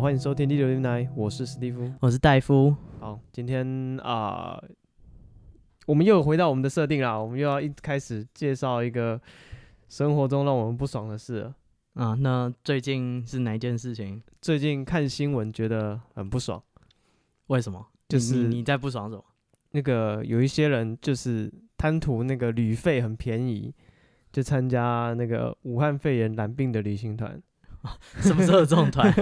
欢迎收听《第六零来》，我是史蒂夫。我是戴夫，好，今天啊、我们又回到我们的设定啦，我们又要一开始介绍一个生活中让我们不爽的事了。啊、那最近是哪一件事情？最近看新闻觉得很不爽，为什么？就你是嗯你你在不爽什么？那个有一些人就是贪图那个旅费很便宜，就参加那个武汉肺炎染病的旅行团。什么时候有这 种团？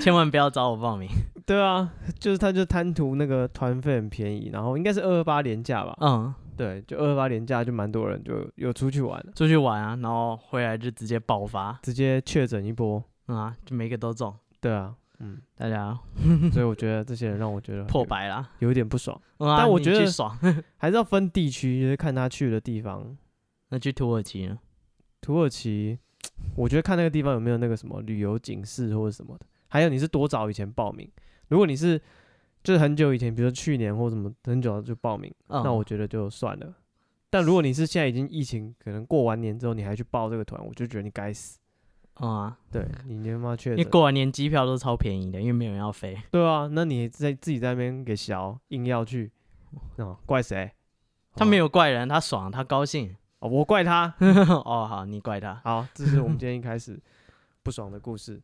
千万不要找我报名。对啊，就是他就贪图那个团费很便宜，然后应该是二二八廉价吧？嗯，对，就二二八廉价就蛮多人就有出去玩了，出去玩啊，然后回来就直接爆发、直接确诊一波。嗯、啊，就每个都中，对 啊，嗯，大家所以我觉得这些人让我觉得破有百啦。有一点不爽，嗯啊但我你觉得去爽，还是要分地区，就是看他去的地方。那去土耳其呢？土耳其，我觉得看那个地方有没有那个什么旅游警示或者什么的，还有你是多早以前报名。如果你是就是很久以前，比如说去年或什么很久就报名，嗯，那我觉得就算了。但如果你是现在已经疫情，可能过完年之后你还去报这个团，我就觉得你该死。嗯啊，对你你他妈确因为诊，过完年机票都超便宜的，因为没有人要飞。对啊，那你在自己在那边给小硬要去，哦，怪谁？他没有怪人，他爽，他高兴。 哦，我怪他。哦，好，你怪他。好，这是我们今天一开始不爽的故事。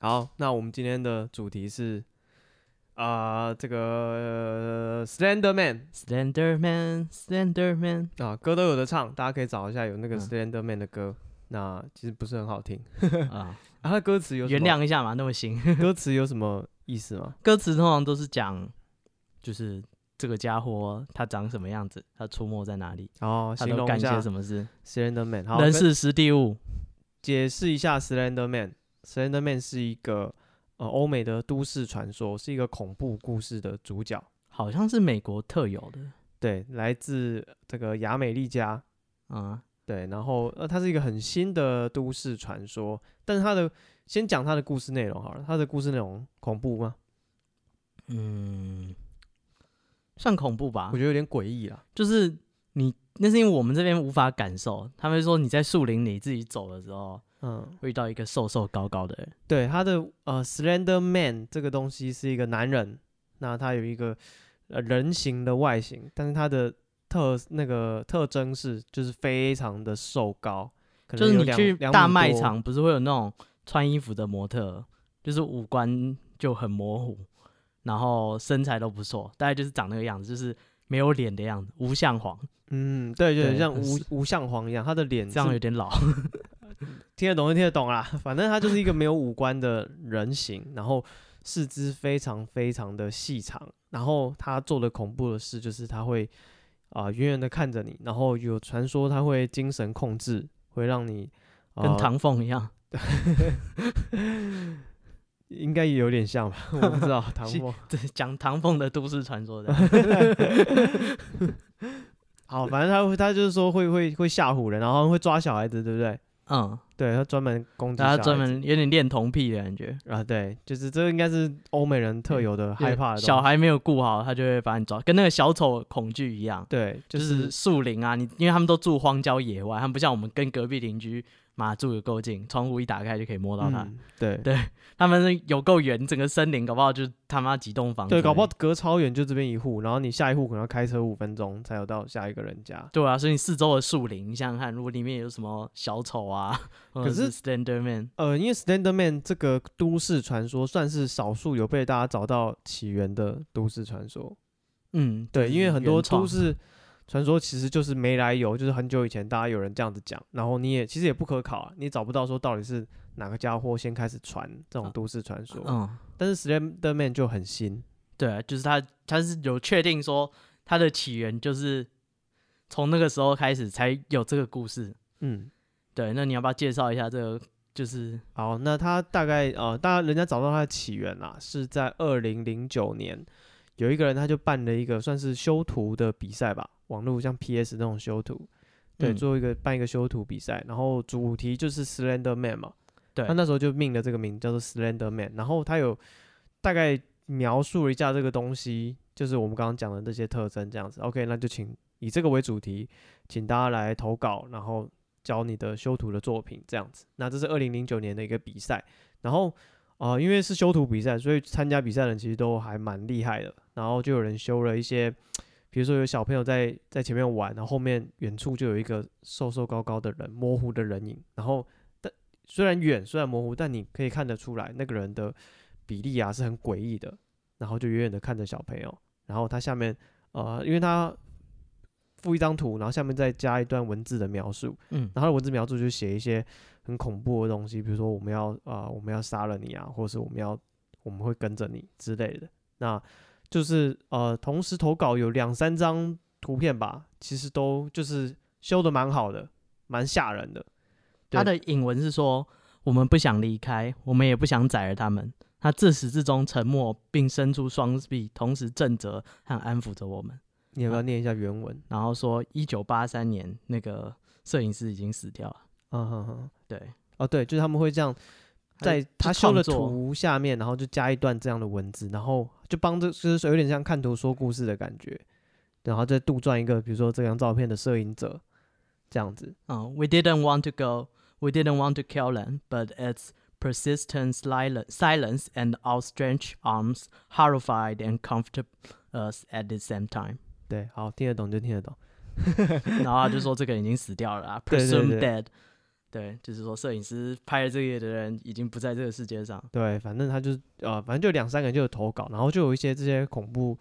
好，那我们今天的主题是啊、这个、呃 Slender Man Slender Man，Slender Man，啊，歌都有的唱，大家可以找一下有那个嗯 Slender Man 的歌。那其实不是很好听，啊，啊，它歌词有什原么谅一下嘛，那么行。歌词有什么意思吗？歌词通常都是讲，就是这个家伙他长什么样子，他出没在哪里，哦，他形都容干一下些什么事， Slender Man，好，人跟事实地物。解释一下 Slender Man。Slender Man 是一个呃欧美的都市传说，是一个恐怖故事的主角。好像是美国特有的对，来自这个亚美利加，啊、对，然后呃，它是一个很新的都市传说，但是它的先讲它的故事内容好了，它的故事内容恐怖吗？嗯，算恐怖吧我，觉得有点诡异啦。就是你那是因为我们这边无法感受，他们说你在树林里自己走的时候，嗯，会遇到一个瘦瘦高高的人，对，它的呃，Slender Man 这个东西是一个男人，那他有一个呃人形的外形，但是他的特那个特征是就是非常的瘦高，可就能是有你两去两大米卖多场不是会有那种穿衣服的模特，就是五官就很模糊，然后身材都不错，大概就是长那个样子，就是没有脸的样子，无相黄，嗯，对，就很对像很无是无相黄一样，他的脸这嗯样是有点老。听得懂就听得懂啦， 反正他就是一个没有五官的人形，然后四肢非常非常的细长，然后他做的恐怖的事就是他会啊、远远的看着你，然后有传说他会精神控制，会让你、呃跟唐凤一样， 应该也有点像吧， 我不知道 唐是风。对，讲唐凤的都市传说的，好，反正他会他就是说会会会吓唬人，然后会抓小孩子，对不对？嗯，对他专门攻击小大孩家子，专门有点恋童癖的感觉，啊，对，就是这个应该是欧美人特有的害怕的小东西，孩没嗯有顾好，他就会把你抓，跟那个小丑恐惧一样，对，就就是是树林啊，你因为他们都住荒郊野外，他们不像我们跟隔壁邻居马住的够近，窗户一打开就可以摸到他。嗯对对他们是有够远，整个森林搞不好就他妈几栋房子而对，已。搞不好隔超远就这边一户，然后你下一户可能要开车五分钟才有到下一个人家。对啊，所以你四周的树林，你想想看，如果里面有什么小丑啊，或者可是是 Slender Man，呃，因为 Slenderman 这个都市传说算是少数有被大家找到起源的都市传说。嗯，对，因为很多都都是市传说其实就是没来由，就是很久以前大家有人这样子讲，然后你也其实也不可考啊，你也找不到说到底是哪个家伙先开始传这种啊都市传说。嗯，但是 Slenderman 就很新，对啊，就是他他是有确定说他的起源就是从那个时候开始才有这个故事。嗯，对，那你要不要介绍一下这个？就是好，那它大概呃，大家人家找到它的起源啦，是在二零零九年，有一个人他就办了一个算是修图的比赛吧，网络像 PS 那种修图，对，嗯做一个办一个修图比赛，然后主题就是 Slender Man 嘛，对他那时候就命了这个名叫做 Slender Man，然后他有大概描述了一下这个东西，就是我们刚刚讲的这些特征这样子。OK，那就请以这个为主题，请大家来投稿，然后交你的修图的作品这样子。那这是二零零九年的一个比赛，然后呃，因为是修图比赛，所以参加比赛的人其实都还蛮厉害的。然后就有人修了一些，比如说有小朋友在在前面玩，然后后面远处就有一个瘦瘦高高的人，模糊的人影。然后但虽然远，虽然模糊，但你可以看得出来那个人的比例啊是很诡异的。然后就远远的看着小朋友，然后他下面呃，因为他附一张图，然后下面再加一段文字的描述，嗯然后文字描述就写一些很恐怖的东西，比如说我们要啊、呃我们要杀了你啊，或者是我们要我们会跟着你之类的。那就是呃，同时投稿有两三张图片吧，其实都就是修的蛮好的，蛮吓人的。对他的引文是说：“我们不想离开，我们也不想宰了他们。”他自始至终沉默，并伸出双臂，同时震慑和安抚着我们。你要不要念一下原文？然后说，一九八三年那个摄影师已经死掉了。嗯哼哼，对，哦对，就是他们会这样在就他修的创作图下面，然后就加一段这样的文字，然后就帮这就是有点像看图说故事的感觉，然后再杜撰一个，比如说这张照片的摄影者这样子。嗯，We didn't want to go, we didn't want to kill them, but its persistent silen- silence and outstretched arms horrified and comforted us at the same time。对，好，听得懂就听得懂。然后他就说这个人已经死掉了啊对对，presumed 对 dead。对，就是说摄影师拍了这个的人已经不在这个世界上。对，反正他就是呃，反正就两三个人就有投稿，然后就有一些这些恐怖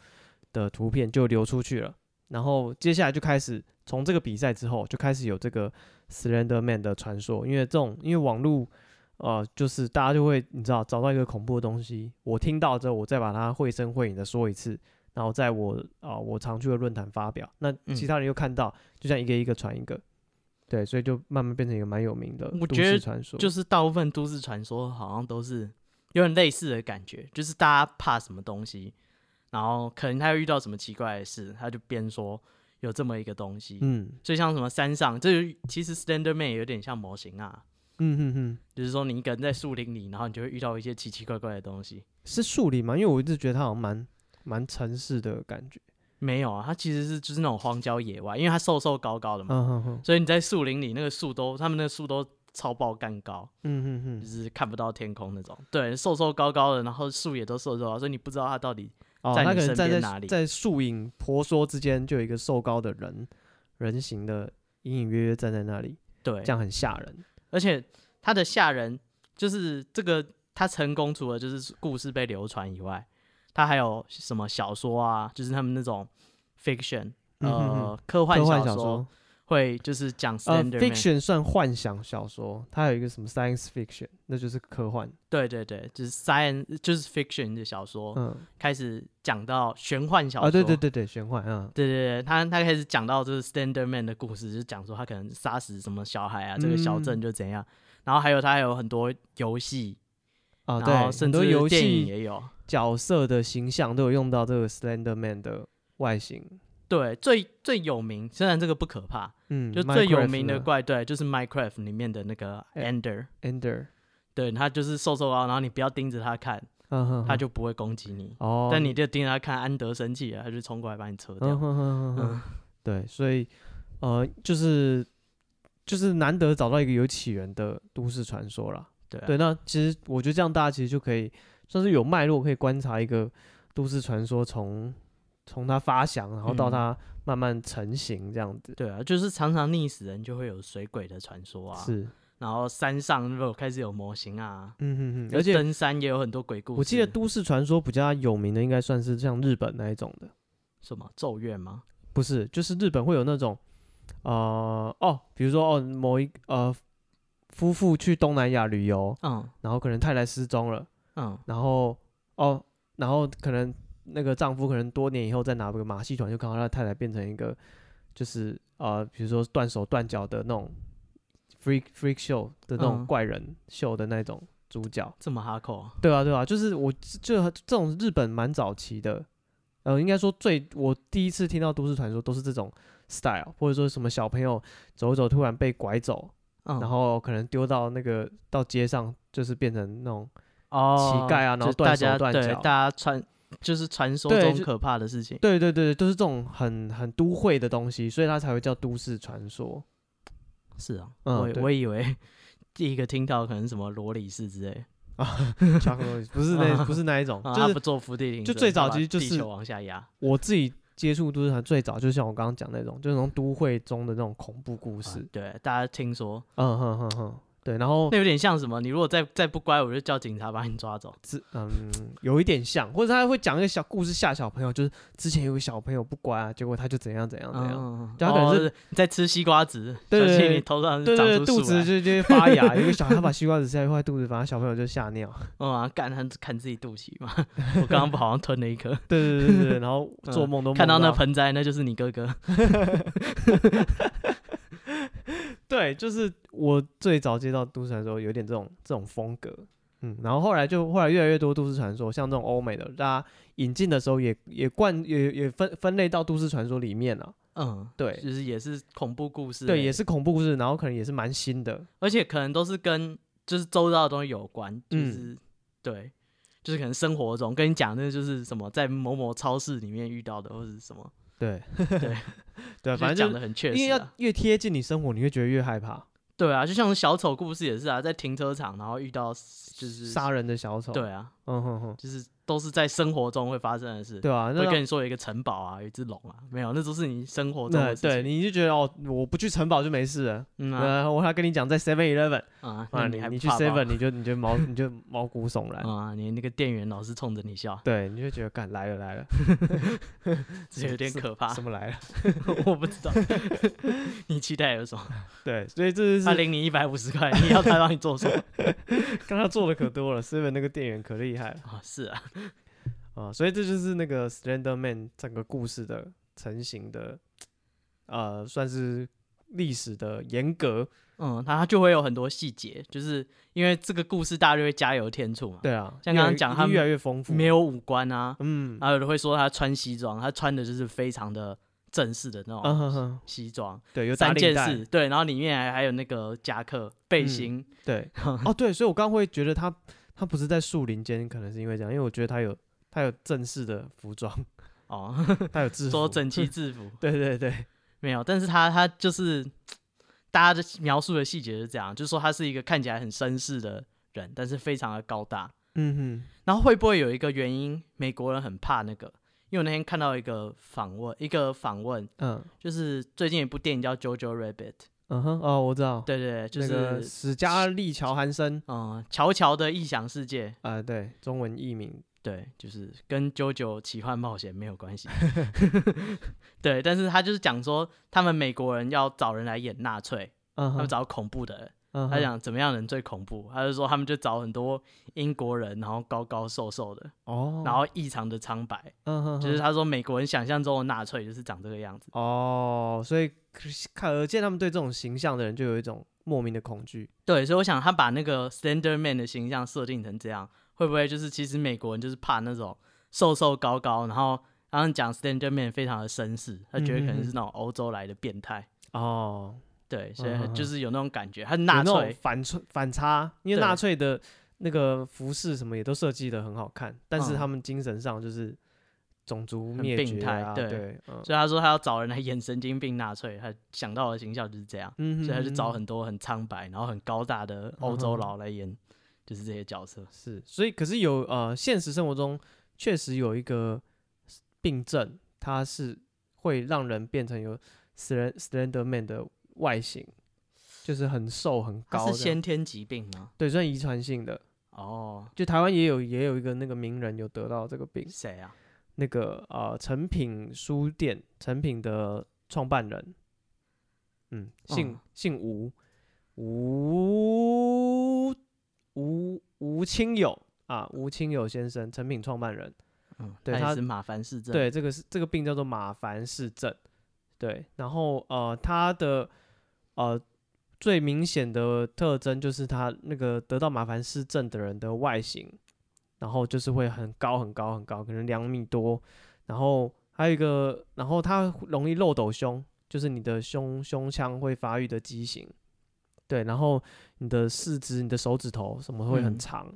的图片就流出去了，然后接下来就开始从这个比赛之后就开始有这个 Slender Man 的传说，因为这种因为网络呃就是大家就会你知道找到一个恐怖的东西，我听到之后我再把它绘声绘影的说一次，然后在我啊、呃我常去的论坛发表，那嗯其他人又看到，就这样一个一个传一个。对，所以就慢慢变成一个蛮有名的我都觉市得传说，就是大部分都市传说好像都是有点类似的感觉，就是大家怕什么东西，然后可能他又遇到什么奇怪的事，他就边说有这么一个东西。嗯所以像什么山上，这就其实 Slender Man 有点像模型啊，嗯嗯嗯，就是说你一个人在树林里，然后你就会遇到一些奇奇怪怪的东西。是树林吗？因为我一直觉得它好像蛮蛮城市的感觉。没有啊，它其实是就是那种荒郊野外，因为它瘦瘦高高的嘛，嗯哼哼，所以你在树林里那个树都，他们那个树都超爆干高。嗯就哼是看不到天空那种，对，瘦瘦高高的，然后树也都瘦瘦高，所以你不知道它到底哼，哦，在他你可能身站边在哪里在树影婆娑之间，就有一个瘦高的人人形的，隐隐约约站在那里，对这，样很吓人。而且他的吓人就是这个，他成功除了就是故事被流传以外，他还有什么小说啊，就是他们那种 fiction 嗯哼哼呃科幻科幻小小说，会就是讲呃 Slender Man， ，fiction 算幻想小说，它有一个什么 science fiction，那就是科幻。对对对，就是 science 就是 fiction 的小说，嗯，开始讲到玄幻哦小说，啊，对对对对，玄幻啊，对对对，他他开始讲到就是 Slender Man 的故事，就是讲说他可能杀死什么小孩啊，这个小嗯镇就怎样，然后还有他还有很多游戏，啊，然后对，甚很多至游电影戏也有。角色的形象都有用到这个 Slender Man 的外形。对，最最有名，虽然这个不可怕，嗯，就最有 Minecraft 名的呢怪对，就是 Minecraft 里面的那个哎 Ender，、 Ender，对他就是瘦瘦高，然后你不要盯着他看，嗯哼，他就不会攻击你，哦，但你就盯着他看，安德生气了，他就冲过来把你扯掉。嗯哼哼哼哼嗯对，所以呃，就是就是难得找到一个有起源的都市传说啦。对啊对，那其实我觉得这样大家其实就可以算是有脉络，可以观察一个都市传说从从它发祥，然后到嗯它慢慢成型这样子。对啊，就是常常溺死人就会有水鬼的传说啊，是，然后山上如果开始有模型啊，嗯哼哼，而且登山也有很多鬼故事。我记得都市传说比较有名的应该算是像日本那一种的，什么咒怨吗？不是，就是日本会有那种，呃，哦，比如说哦，某一呃夫妇去东南亚旅游，嗯然后可能太太失踪了，嗯然后哦，然后可能那个丈夫可能多年以后在哪个马戏团就看到他的太太变成一个，就是呃，比如说断手断脚的那种 freak freak show 的那种嗯怪人秀的那种主角。这么哈口啊，对啊，对啊，就是我就这种日本蛮早期的，呃，应该说最我第一次听到都市传说都是这种 style，或者说什么小朋友走一走突然被拐走，嗯，然后可能丢到那个到街上，就是变成那种哦乞丐啊然后就断大手家断对脚大家传就是传说对中就可怕的事情。对对对，都是这种很很都会的东西，所以它才会叫都市传 说。是啊，嗯我对我以为第一个听到可能什么罗里士之类，巧克力不是 那不是那一种，啊就他是不做伏地挺就身最早他其实把就地是球往下压，我自己接触都市传最早就像我刚刚讲那种，就是那种都会中的那种恐怖故事啊。对，大家听说，嗯哼哼哼，对，然后那有点像什么？你如果再再不乖，我就叫警察把你抓走。之嗯有一点像，或者他会讲一个小故事吓小朋友，就是之前有个小朋友不乖啊，结果他就怎样怎样怎样。嗯，就他可能哦是你在吃西瓜子，对小对心对你头上对嗯长对对，出肚树子来就就发芽，有一个小孩他把西瓜子塞坏肚子，反正小朋友就吓 尿。嗯啊，干他看自己肚脐嘛。我刚刚不好像吞了一颗，对对对对对，然后做梦都梦嗯看到那盆栽，那就是你哥哥。对，就是我最早接到都市传说，有点这种这种风格，嗯，然后后来就后来越来越多都市传说，像这种欧美的，大家引进的时候也也灌也也分分类到都市传说里面了、嗯，对就是也是欸恐怖故事类的，对，也是恐怖故事，然后可能也是蛮新的，而且可能都是跟就是周遭的东西有关，嗯就是、对，就是可能生活中跟你讲那就是什么在某某超市里面遇到的，或者是什么，对对 对，呃啊反正就讲就的很确是因为实、要啊。越贴近你生活，你会觉得越害怕，对啊，就像小丑故事也是啊，在停车场然后遇到就是杀人的小丑，，对啊，嗯哼哼，就是都是在生活中会发生的事。对啊，那会让跟你说有一个城堡啊，有一只龙啊，没有，那都是你生活中那的事情。对，你就觉得哦，我不去城堡就没事了，呃嗯啊，然后我还跟你讲在 Seven Eleven 啊，那啊，你你还你不去怕吧 Seven 你就你就 毛你就毛骨悚然。啊，你那个店员老是冲着你笑，对，你就觉得干来了来了，这有点可怕什。么来了？我不知 道，你期待有什么？对，所以这就是他领啊你一百五十块，你要他帮你做 什么刚他做的可多了，Seven 那个店员可厉害了啊？是啊，啊！所以这就是那个 Slender Man 整个故事的成型的，呃，算是历史的严格。嗯，他就会有很多细节，就是因为这个故事大家就会加油添醋嘛，对啊，像越刚来刚讲一他定越来越丰富。没，有五官啊，嗯，还有人会说他穿西装，他穿的就是非常的正式的那嗯种哼哼，西装，对，有打三领件带事，，对，然后里面还还有那个夹克、背嗯心， 对，哦对，所以我刚刚会觉得他他不是在树林间，可能是因为这样，因为我觉得他有他有正式的服装，哦， 他有制服，说整齐制服，对对对，没有，但是他他就是大家的描述的细节是这样，就是说他是一个看起来很绅士的人，但是非常的高大。嗯哼，然后会不会有一个原因，美国人很怕那个？因为我那天看到一个访问，一个访问嗯就是最近有一部电影叫《Jojo Rabbit》，嗯哼，哦，我知道，对对，对就那个是史嘉丽·乔韩森嗯，乔乔的异想世界，啊、对，中文译名，对，就是跟《JoJo 奇幻冒险》没有关系。 对，但是他就是讲说，他们美国人要找人来演纳粹，嗯他哼们，找恐怖的人。嗯他哼讲怎么样人最恐怖，他就说他们就找很多英国人，然后高高瘦瘦的，哦，然后异常的苍白，嗯哼哼，就是他说美国人想象中的纳粹就是长这个样子。哦，所以可可见他们对这种形象的人就有一种莫名的恐惧，对，所以我想他把那个 Slender Man 的形象设定成这样，会不会就是其实美国人就是怕那种瘦瘦高高，然后然后讲 Slender Man 非常的绅士，他觉得嗯可能是那种欧洲来的变态。哦，对，嗯所以嗯嗯就是有那种感觉，他是有纳那种粹，反差反差，因为对纳粹的那个服饰什么也都设计的很好看，但是嗯他们精神上就是种族很灭病绝态啊，对对，嗯所以他说他要找人来演神经病纳粹，他想到的形象就是这样。嗯哼，所以他就嗯找哼嗯很多很苍白，然后很高大的欧洲佬来演，就是这些角色。是，所以可是有呃，现实生活中确实有一个病症，它是会让人变成有 Slen- Slender Man 的外形，就是很瘦很他高这是样，先天疾病吗？对，算遗传性的。哦，就台湾也有也有一个那个名人有得到这个病，谁啊？那个呃成品书店成品的创办人，嗯，姓、嗯姓吴，吴吴吴清友啊，吴清友先生，成品创办人。嗯，对他也他是马凡氏症。，对，这个是这个病叫做马凡氏症。对，然后呃，他的呃最明显的特征就是他那个得到马凡氏症的人的外形，然后就是会很高很高很高，可能两米多，然后还有一个，然后他容易漏斗胸，就是你的胸胸腔会发育的畸形。对，然后你的四肢、你的手指头什么会很嗯长，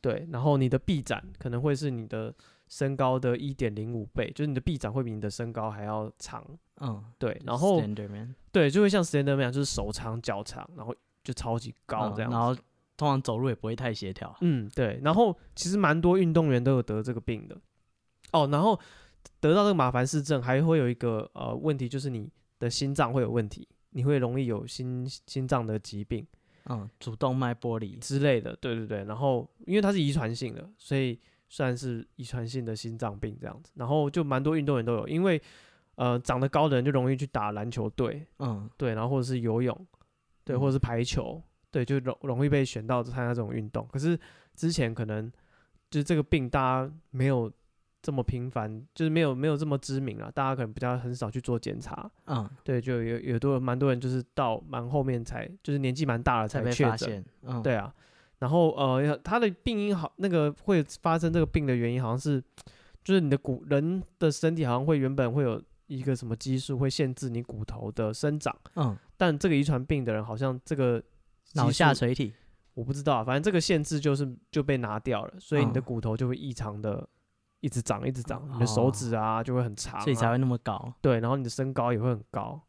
对，然后你的臂展可能会是你的身高的一点零五倍，就是你的臂展会比你的身高还要长，嗯，对，然后 Slenderman 对，就会像 Slender 那样，就是手长脚长，然后就超级高嗯这样子、然后通常走路也不会太协调。嗯，对。然后其实蛮多运动员都有得这个病的。哦，然后得到这个马凡氏症，还会有一个呃问题，就是你的心脏会有问题，你会容易有心心脏的疾病嗯，主动脉剥离。之类的。对对对。然后因为它是遗传性的，所以算是遗传性的心脏病这样子。然后就蛮多运动员都有，因为呃长得高的人就容易去打篮球队，嗯，对，然后或者是游泳，对，或者是排球，对，就容容易被选到参加这种运动。可是之前可能就是这个病，大家没有这么频繁，就是没有没有这么知名啊，大家可能比较很少去做检查，嗯，对，就有有多蛮多人就是到蛮后面才，就是年纪蛮大了才被确发诊，现。嗯，对啊。然后呃，他的病因好，那个会发生这个病的原因好像是，就是你的骨人的身体好像会原本会有一个什么激素会限制你骨头的生长。嗯，但这个遗传病的人好像这个激脑下素垂体。我不知道啊，反正这个限制就是就被拿掉了，所以你的嗯骨头就会异常的一直长，一直长，你的手哦指啊就会很长啊、所以才会那么高。对，然后你的身高也会很高，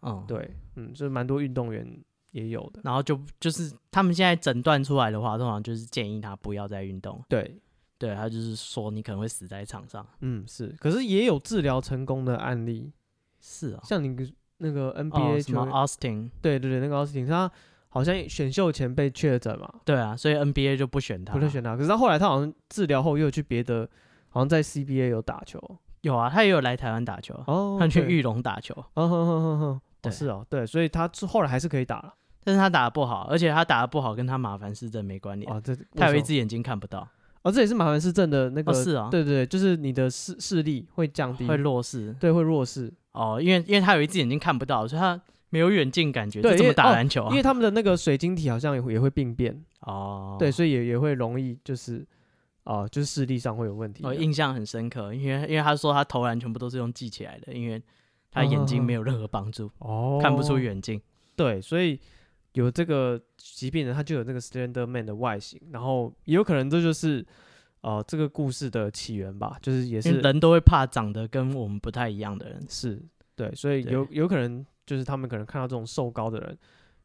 嗯，。对，嗯，所以蛮多运动员也有的，然后就就是他们现在诊断出来的话，通常就是建议他不要再运动。对，对他就是说你可能会死在场上。嗯是，可是也有治疗成功的案例，是啊、像你那个哦， NBA 什球么员， Austin？对对对，那个奥斯汀他好像选秀前被确诊嘛，对啊，所以 NBA 就不选他。不是选他，可是他后来他好像治疗后又去别的，好像在 CBA 有打球，有啊，他也有来台湾打球，哦，他去对玉龙打球，哦，哼哼哼哼，哦对是哦，对，所以他之后来还是可以打了。但是他打的不好，而且他打的不好跟他马凡氏症没关联，哦，这他有为什一么只眼睛看不到，哦，这也是马凡氏症的那个，哦是啊，对对对，就是你的视视力会降低，会弱视对会弱视，哦，因为因为他有一只眼睛看不到，所以他没有远近感觉，对就这因么为打哦篮球啊因为，他们的那个水晶体好像也会也会病变，哦，对，，所以也也会容易就是啊、就是视力上会有问题我的。哦印象很深刻，因为因为他说他投篮全部都是用记起来的，因为他眼睛没有任何帮助，哦看不出。远近，对，所以有这个疾病的他就有那个 Slender Man 的外形，然后也有可能这就是呃这个故事的起源吧，就是也因为是人都会怕长得跟我们不太一样的人，是，对，所以对有有可能就是他们可能看到这种瘦高的人，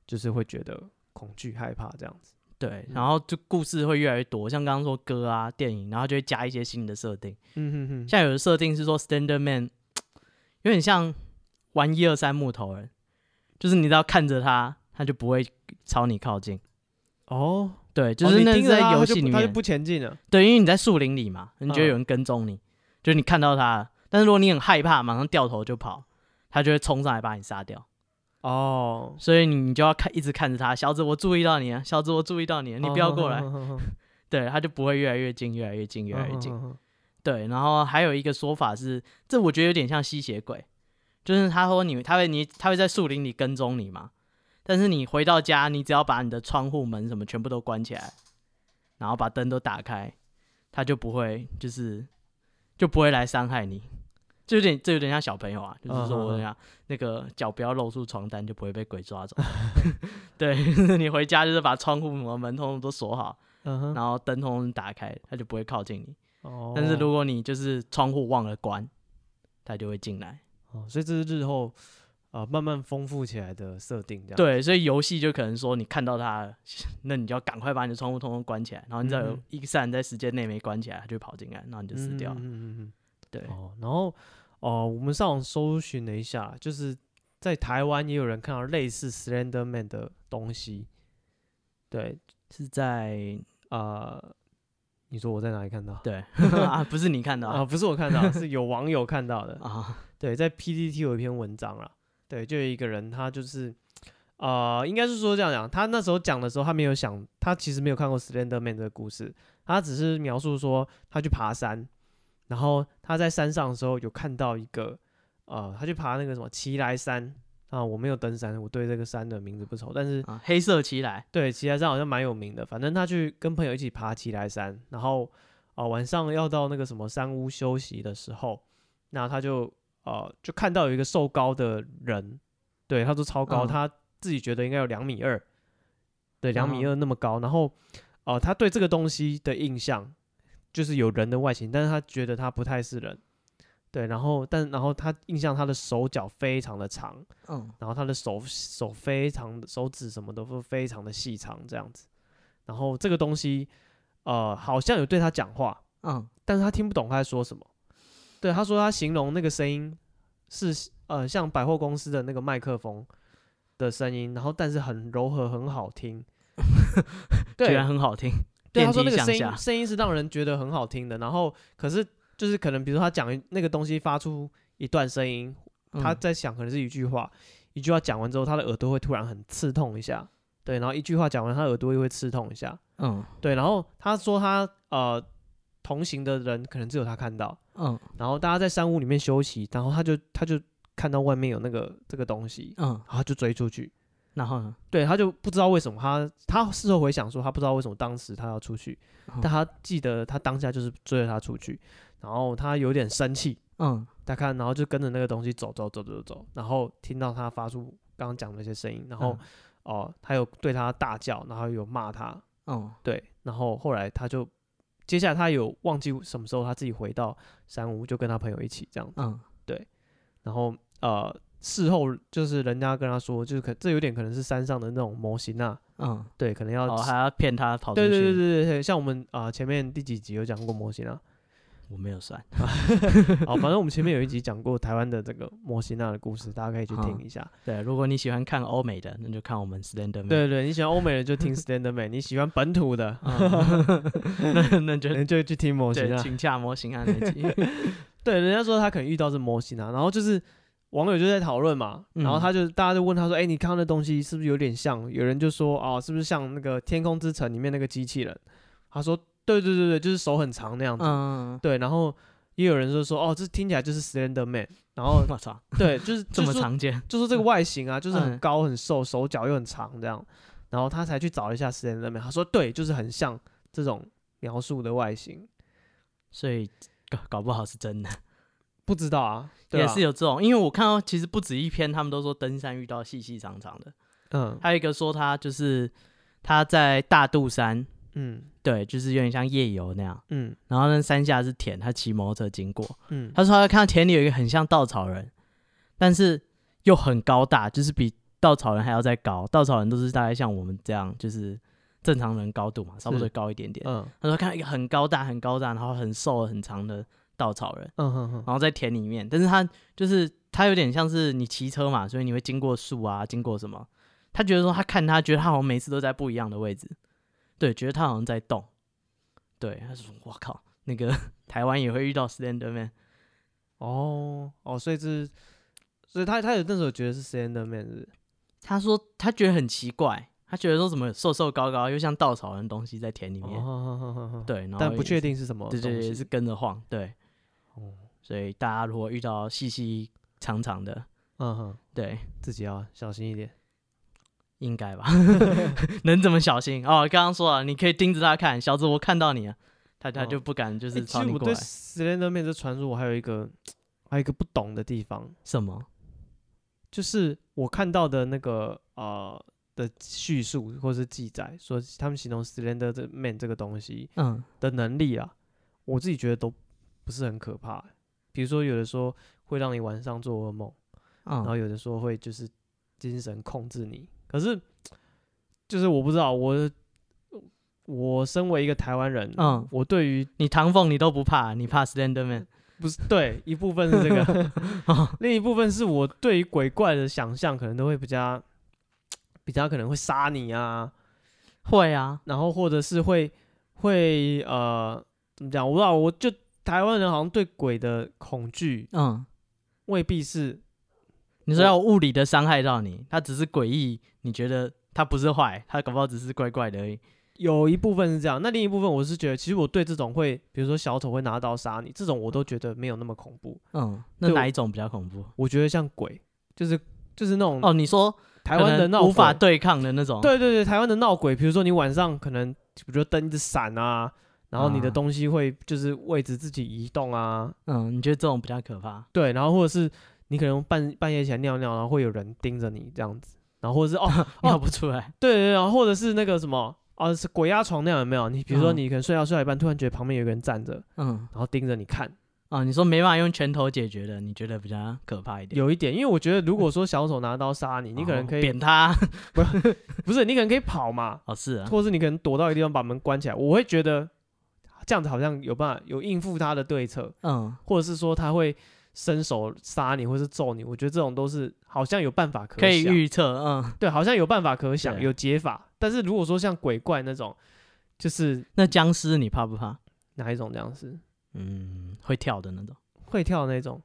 就是会觉得恐惧、害怕这样子。对，嗯然后就故事会越来越多，像刚刚说歌啊、电影，然后就会加一些新的设定。嗯哼哼，像有的设定是说 Standard Man 有点像玩一二三木头人，就是你只要看着他，他就不会朝你靠近。哦，对，就哦是你那盯是着在他游他就戏不里他就面，不前进了。对，因为你在树林里嘛，你觉得嗯有人跟踪你，就是你看到他了，但是如果你很害怕，马上掉头就跑，他就会冲上来把你杀掉。哦，所以你就要看，一直看着他，小子，我注意到你啊了，小子，我注意到你了，你不要过来。哦对，他就不会越来越近，越来越近，越来越近。近。对，然后还有一个说法是，这我觉得有点像吸血鬼，就是他说你，他会你，他会在树林里跟踪你嘛，但是你回到家，你只要把你的窗户门什么全部都关起来，然后把灯都打开，他就不会就是就不会来伤害你。这有点，这有点像小朋友啊，就是说嗯嗯嗯我讲那个脚不要露出床单，就不会被鬼抓走。 对，就是你回家就是把窗户、门通通都锁好，嗯哼，然后灯通通打开，他就不会靠近你。哦，但是如果你就是窗户忘了关，它就会进来。哦所以这是日后呃慢慢丰富起来的设定，这样。，对，所以游戏就可能说你看到它了， 那你就要赶快把你的窗户通通关起来，然后你再嗯有哼一扇在时间内没关起来，它就跑进来，然后你就死掉了。嗯嗯对嗯。，哦，然后哦，我们上网搜寻了一下，就是在台湾也有人看到类似 Slender Man 的东西。对，是在呃，你说我在哪里看到？ 对啊，不是你看到啊，啊不是我看到，是有网友看到的。啊，对，在 PPT 有一篇文章啦，对，就有一个人他就是，呃，应该是说这样讲，他那时候讲的时候，他没有想，他其实没有看过 Slender Man 这个故事，他只是描述说他去爬山，然后他在山上的时候有看到一个，呃，他去爬那个什么奇来山啊，我没有登山，我对这个山的名字不熟，但是啊黑色起来，对，奇来山好像蛮有名的。反正他去跟朋友一起爬奇来山，然后啊、呃晚上要到那个什么山屋休息的时候，那他就呃就看到有一个瘦高的人，对，他说超高，嗯他自己觉得应该有两米二，对，两米嗯二那么高。然后哦、呃他对这个东西的印象就是有人的外形，但是他觉得他不太是人。对，然后但然后他印象他的手脚非常的长，嗯，然后他的手手非常的手指什么都非常的细长这样子，然后这个东西，呃，好像有对他讲话，嗯，但是他听不懂他在说什么。对，他说他形容那个声音是呃像百货公司的那个麦克风的声音，然后但是很柔和，很好 听。居对然，很好听。对，电他说那梯个向声下音声音是让人觉得很好听的。然后可是就是可能比如说他讲一那个东西发出一段声音，他嗯在想可能是一句话，一句话讲完之后，他的耳朵会突然很刺痛一下。对，然后一句话讲完，他耳朵又会刺痛一下。嗯对，然后他说他呃同行的人可能只有他看到，嗯然后大家在山屋里面休息，然后他就他就看到外面有那个这个东西，嗯，然后他就追出去。然后呢？对，他就不知道为什么他他事后回想说他不知道为什么当时他要出去，嗯但他记得他当下就是追着他出去，然后他有点生气，嗯他看然后就跟着那个东西走走走走走，然后听到他发出刚刚讲的那些声音，然后嗯哦、他有对他大叫，然后有骂他，嗯对，然后后来他就接下来他有忘记什么时候他自己回到山屋，就跟他朋友一起这样子，嗯然后呃事后就是人家跟他说，就是可这有点可能是山上的那种模型啊，嗯，对，可能要、哦，还要骗他跑出对去？对对对对，像我们啊、呃前面第几集有讲过模型啊， 我没有算。哦，反正我们前面有一集讲过台湾的这个模型啊的故事，大家可以去嗯听一下。对，如果你喜欢看欧美的，那就看我们 Slender Man。对对，你喜欢欧美人就 听 Stand Man，你喜欢本土的，嗯， 那那就人就去听模型对，啊。请洽模型啊那集。 对，人家说他可能遇到是模型啊，然后就是网友就在讨论嘛，嗯然后他就大家就问他说：“哎、你看到那东西是不是有点像？”有人就说：“哦，是不是像那个《天空之城》里面那个机器人？”他说：“对对对对，就是手很长那样子。嗯，对，然后也有人就说：“哦，这听起来就是 Slender Man。”然后我操，对， 就是这么，就说常见。就说这个外形啊，就是很嗯高很瘦，手脚又很长这样。然后他才去找一下 Slender Man，他说：“对，就是很像这种描述的外形。”所以搞搞不好是真的，不知道啊，对也啊是有这种，因为我看到其实不止一篇，他们都说登山遇到细细长长的，嗯还有一个说他就是他在大肚山，嗯对，就是有点像夜游那样，嗯然后那山下是田，他骑摩托车经过，嗯，他说他看到田里有一个很像稻草人，但是又很高大，就是比稻草人还要再高，稻草人都是大概像我们这样，就是正常人高度嘛，差不多高一点点。嗯他说看到一个很高大、很高大，然后很瘦、很长的稻草人。嗯哼哼，然后在田里面，但是它就是它有点像是你骑车嘛，所以你会经过树啊，经过什么？他觉得说他看他觉得他好像每次都在不一样的位置，对，觉得他好像在动，对，他就说我靠，那个 台湾也会遇到 Slender Man，哦哦，所以这是，所以他他有那时候觉得是 Slender Man 是不是他说他觉得很奇怪，他觉得说怎么有瘦瘦高高又像稻草人的东西在田里哦面，哼哼哼哼，对，然后但不也确是，定是什么对东对对，西，是跟着晃，对，哦，所以大家如果遇到细细长长的，嗯哼，对，自己要小心一点，应 该吧？能怎么小心？哦，刚刚说了，你可以盯着他看，小子，我看到你了，他他哦就不敢就诶是其朝实你我过对来。 Slender Man 这传说我还有一个还有一个不懂的地方，什么？就是我看到的那个呃的叙述或是记载，说他们形容 Slender 这 Man 这个东西嗯的能力啊，我自己觉得都不是很可怕、比如说有的说会让你晚上做噩梦。然后嗯有的说会就是精神控制你，可是就是我不知道，我我身为一个台湾人，嗯，我对于你唐凤你都不怕，你怕 Slenderman？哦不是对一部分是这个，另一部分是我对于鬼怪的想象可能都会比较比较可能会杀你啊，会啊，然后或者是会会呃怎么讲，我不知道，我就台湾人好像对鬼的恐惧嗯，未必是你说要有物理的伤害到你，他只是诡异，你觉得他不是坏，他搞不好只是怪怪的而已。有一部分是这样，那另一部分我是觉得，其实我对这种会，比如说小丑会拿刀杀你，这种我都觉得没有那么恐怖。嗯，那对哪我一种比较恐怖？我觉得像鬼，就是就是那种哦，你说嗯台湾的可能闹无鬼法对抗的那种。，对对对，台湾的闹鬼，比如说你晚上可能，比如说灯一直闪啊，然后你的啊东西会就是位置自己移动啊，嗯，你觉得这种比较可怕？对，然后或者是你可能半半夜起来尿尿，然后会有人盯着你这样子，然后或者是哦 尿 哦，不出来。对对对，然后或者是那个什么。哦，是鬼压床那样有没有？你比如说，嗯你可能睡觉睡到一半，突然觉得旁边有一个人站着，嗯然后盯着你看，啊，你说没办法用拳头解决的，你觉得比较可怕一点？有一点，因为我觉得如果说小丑拿刀杀你，你可能可哦以，扁他。不是你可能可以跑嘛，哦，是 啊，或是你可能躲到一个地方把门关起来，我会觉得这样子好像有办法有应付他的对策，嗯，或者是说他会伸手杀你，或是揍你，我觉得这种都是好像有办法可可以想预测，嗯，对，好像有办法可想，对有解法。但是如果说像鬼怪那种，就是那僵尸你怕不怕？哪一种这样子，嗯，会跳的那种。会跳的那种，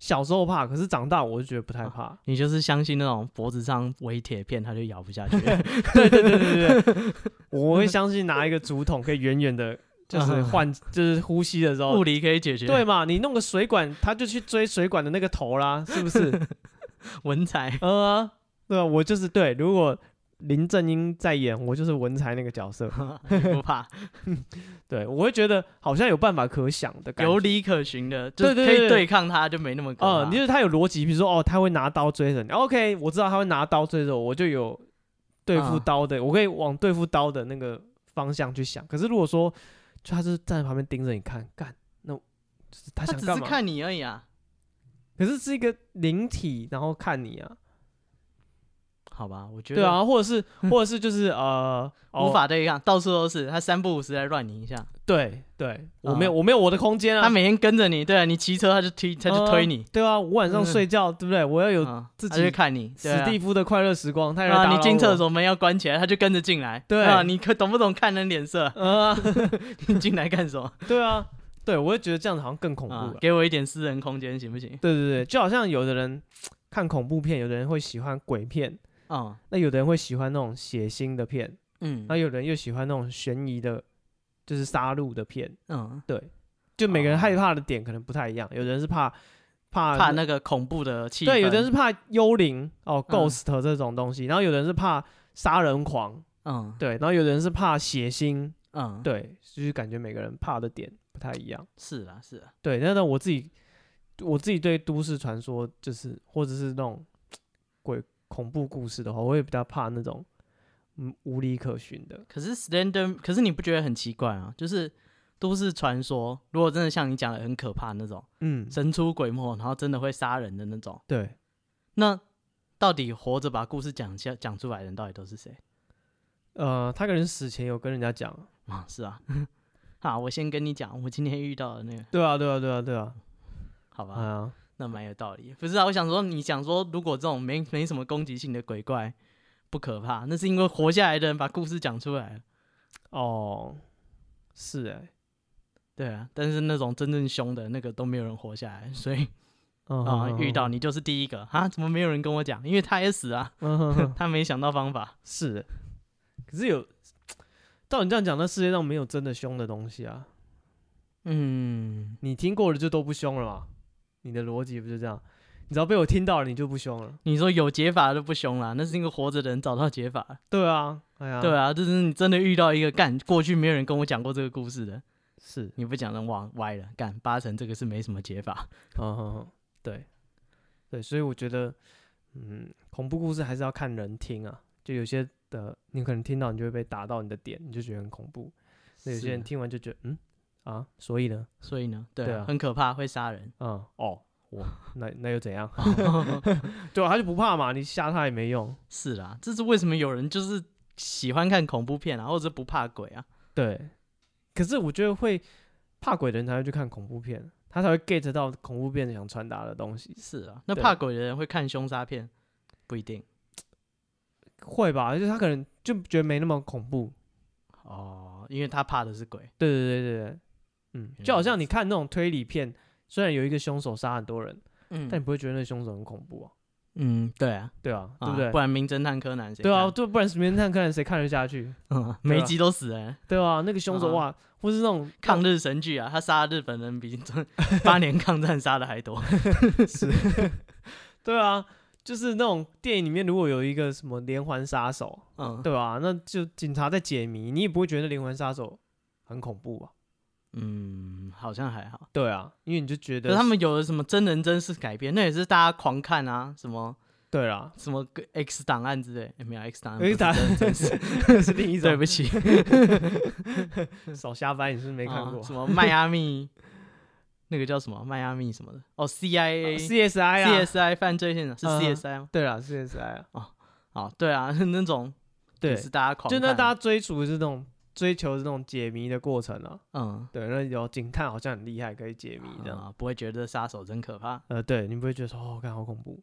小时候怕，可是长大我就觉得不太怕。 你就是相信那种脖子上围铁片，它就咬不下去。对对对对对， 我会相信拿一个竹筒可以远远的，就是换，就是呼吸的时候物，理可以啊解决，哦对，嘛？你弄个水管，他就去追水管的那个头啦，是不是？文采 呃啊，对吧？我就是对，如果林正英在演，我就是文才那个角色，不怕，对我会觉得好像有办法可想的感觉有。理可循的，就是对可对对以对抗它，就没那么可呃，怕。你就是他有逻辑，比如说哦，他会拿刀追着你，OK，我知道他会拿刀追着我，我就有对付嗯刀的，我可以往对付刀的那个方向去想。可是如果说就他就是站在旁边盯着你看，干，那就是他它想只干是嘛？看你而已啊，可是是一个灵体，然后看你啊，好吧，我觉对得啊，或者 是或者是就是呃，哦无法对抗，到处都是，它三不五时来乱你一下，对对，我嗯没有我没有我的空间啊，它每天跟着你，对啊，你骑车它就踢，它就推你，对啊，我晚上嗯睡觉对不对？我要有嗯自己它就看你，对史啊蒂夫的快乐时光，他也来打啊，扰你进厕我，所门要关起来，它就跟着进来，对啊，你可懂不懂看人脸色啊？ 呃，你进来干什么？ 对啊，对我会觉得这样子好像更恐怖啊了。给我一点私人空间行不行？对对对，就好像有的人看恐怖片，有的人会喜欢鬼片，嗯那有的人会喜欢那种血腥的片，嗯那有人又喜欢那种悬疑的，就是杀戮的片。嗯，对，就每个人哦害怕的点可能不太一样，有的人是怕怕怕那个恐怖的气氛，啊对，有的人是怕幽灵哦嗯，ghost 这种东西，然后有的人是怕杀人狂，嗯对，然后有的人是怕血腥，嗯，对，就是感觉每个人怕的点不太一样。是啦是啦，对，那那我自己，我自己对都市传说就是或者是那种鬼恐怖故事的话，我也比较怕那种嗯无理可循的。可是 Slender，可是你不觉得很奇怪啊？就是都市传说，如果真的像你讲的很可怕那种，嗯，神出鬼没，然后真的会杀人的那种，对，那到底活着把故事讲下讲出来的人到底都是谁？ 呃，他可能死前有跟人家讲，啊，是啊， 啊，我先跟你讲，我今天遇到的那个，对啊，对啊，对啊，对啊，好吧，啊，那蛮有道理。不是啊，我想说，你想说，如果这种没没什么攻击性的鬼怪不可怕，那是因为活下来的人把故事讲出来了。哦，是哎、对啊，但是那种真正凶的那个都没有人活下来，所以嗯啊、哼遇到，你就是第一个啊！怎么没有人跟我讲？因为他也死啊，嗯哼 哼 他没想到方法。是欸，可是有，照你这样讲，那世界上没有真的凶的东西啊，嗯，你听过了就都不凶了嘛，你的逻辑不是这样？你只要被我听到了，你就不凶了。你说有解法就不凶啦，那是因为活着的人找到解法了。对啊，哎呀，对啊，就是你真的遇到一个干过去没有人跟我讲过这个故事的，是，你不讲人往歪了，干八成这个是没什么解法。嗯哼哼，对，对，所以我觉得，嗯，恐怖故事还是要看人听啊，就有些的你可能听到你就会被打到你的点，你就觉得很恐怖；那有些人是听完就觉得，嗯，啊，所以呢，所以呢，对,、对啊很可怕，会杀人。嗯，哦，我那那又怎样？ 对啊，他就不怕嘛，你吓他也没用。是啦，这是为什么有人就是喜欢看恐怖片啊，或者是不怕鬼啊？对，可是我觉得会怕鬼的人才会去看恐怖片，他才会 get 到恐怖片想传达的东西，是啊，那对怕鬼的人会看凶杀片，不一定会吧？就是他可能就觉得没那么恐怖。哦，因为他怕的是鬼。对对对对对，嗯，就好像你看那种推理片，虽然有一个凶手杀很多人，但嗯你不会觉得那凶手很恐怖啊？嗯，对啊，对啊，对啊不对？不然名侦探柯南谁对啊，看，对，不然《名侦探柯南》谁看得下去？嗯，对啊每一集都死人，对啊，那个凶手啊哇，或是那种抗日神剧啊，他杀的日本人比 八年抗战杀的还多。对啊，就是那种电影里面如果有一个什么连环杀手， 嗯对啊，那就警察在解谜，你也不会觉得连环杀手很恐怖啊。嗯，好像还好。对啊，因为你就觉可是得他们有的什么真人真事改编，那也是大家狂看啊，什么对 啦，什么个 X 档案之类，欸没有 X 档案不是为真啥人真事，是另一对种不起，少瞎掰，你是不是没看啊过什么迈阿密那个叫什么迈阿密什么的哦，CIA、 CSI 啊 CSI 犯罪现场是嗯 CSI 吗？对啦 CSI 啊，哦，对啊， 那种对，也是大家狂就那看大家追逐是那种追求是那种解谜的过程啊，嗯对，那有警探好像很厉害，可以解谜这样。啊，不会觉得杀手真可怕，呃，对你不会觉得说哦，看好恐怖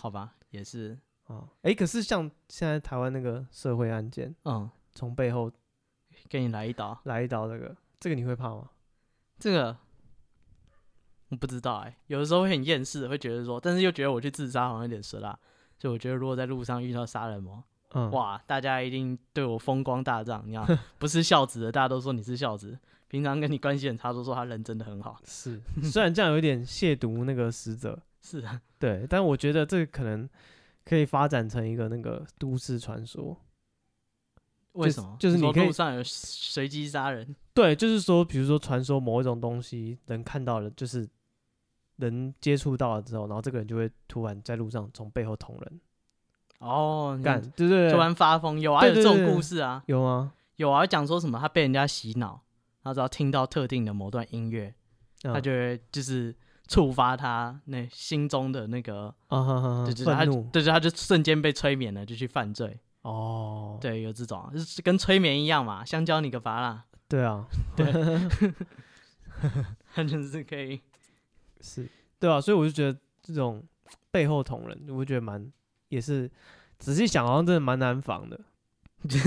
好吧，也是啊？哎、可是像现在台湾那个社会案件，嗯，从背后给你来一刀，来一刀，这个这个你会怕吗？这个我不知道哎、有的时候会很厌世，会觉得说，但是又觉得我去自杀好像有点蛇啦，所以我觉得如果在路上遇到杀人魔，嗯，哇，大家一定对我风光大涨，你看 不是孝子的，大家都说你是孝子，平常跟你关系很差都说他人真的很好，是，虽然这样有点亵渎那个死者，是啊，对，但我觉得这个可能可以发展成一个那个都市传说。为什么？就是你说可以路上有随机杀人，对，就是说，比如说传说某一种东西，人看到了，就是人接触到了之后，然后这个人就会突然在路上从背后捅人，哦，你干，对对对，突然发疯，有啊，对有对这种对故事啊，有吗？有啊，讲说什么他被人家洗脑，他只要听到特定的某段音乐，他他就会就是触发他那心中的那个，啊哈哈哈就是他愤就，怒对，就是他就瞬间被催眠了，就去犯罪。哦，对，有这种，啊就是跟催眠一样嘛，香蕉你个法啦，对啊，他就是可以，是，对啊，所以我就觉得这种背后捅人，我觉得蛮也是仔细想，好像真的蛮难防的，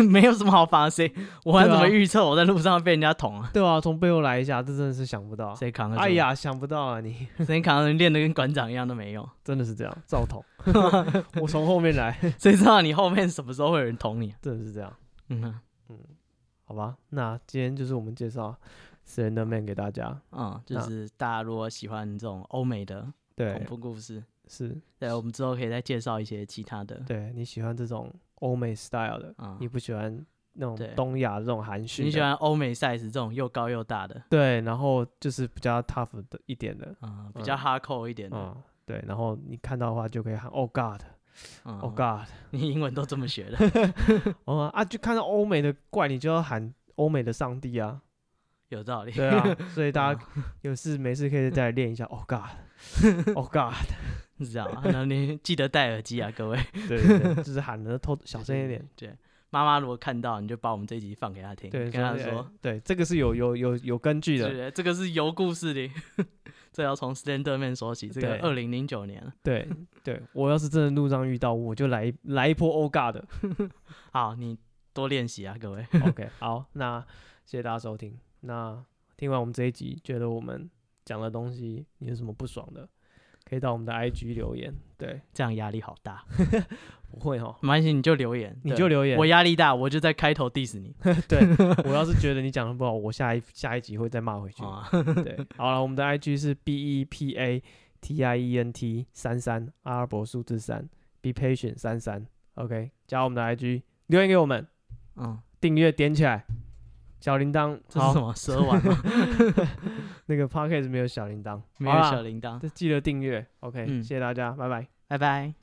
没有什么好发谁，我还对怎啊么预测我在路上被人家捅啊？对啊，从背后来一下，这真的是想不到。谁扛得住？哎，呀，想不到啊，你谁扛得住？练的跟馆长一样都没 用，真的是这样，照 捅，我从后面来， 谁知道你后面什么时候会有人捅你、啊？真的是这样。嗯啊好吧，那今天就是我们介绍《Slender Man》给大家。嗯，就那是大家如果喜欢这种欧美的恐对，怖故事，是，对，我们之后可以再介绍一些其他的。对你喜欢这种欧美 style 的，嗯你不喜欢那对种东亚这种韩式，你喜？欢欧美 size 这种又高又大的，对，然后就是比较 tough 的一点的，嗯，比较哈扣一点的，嗯，对，然后你看到的话就可以喊 “Oh God”。嗯 Oh God，你英文都这么学的，哦啊，就看到欧美的怪，你就要喊欧美的上帝 啊，有道理。对啊，所以大家有事没事可以再来练一下 Oh God，Oh God， 是这样啊，然后你记得戴耳机啊，各位， 对对对，就是喊的偷小声一点，。对，妈妈如果看到，你就把我们这集放给她听，对，跟她是哎说，对，这个是有有有有根据的，对，这个是有故事的， 这要从 Slenderman 说起，这个对二零零九年。对对，我要是真的路上遇到，我就来一来一波欧尬 的。好，你多练习啊，各位。 OK，好，那谢谢大家收听。那听完我们这一集，觉得我们讲的东西你有什么不爽的，可以到我们的 IG 留言。对，这样压力好大，不会哦，没关系，你就留言，你对就留言我压力大，我就在开头 diss 你。 我要是觉得你讲的不好，我下一下一集会再骂回去。啊，对，好了，我们的 IG 是 B E P A T I E N T 三三阿拉伯数字三，Be patient 三三，OK，加我们的 IG，留言给我们，嗯，订阅点起来，小铃铛，这是什好，么蛇丸吗？那个 Podcast 没有小铃铛，没有好啦小铃铛。记得订阅，OK，、嗯谢谢大家，拜拜。拜拜。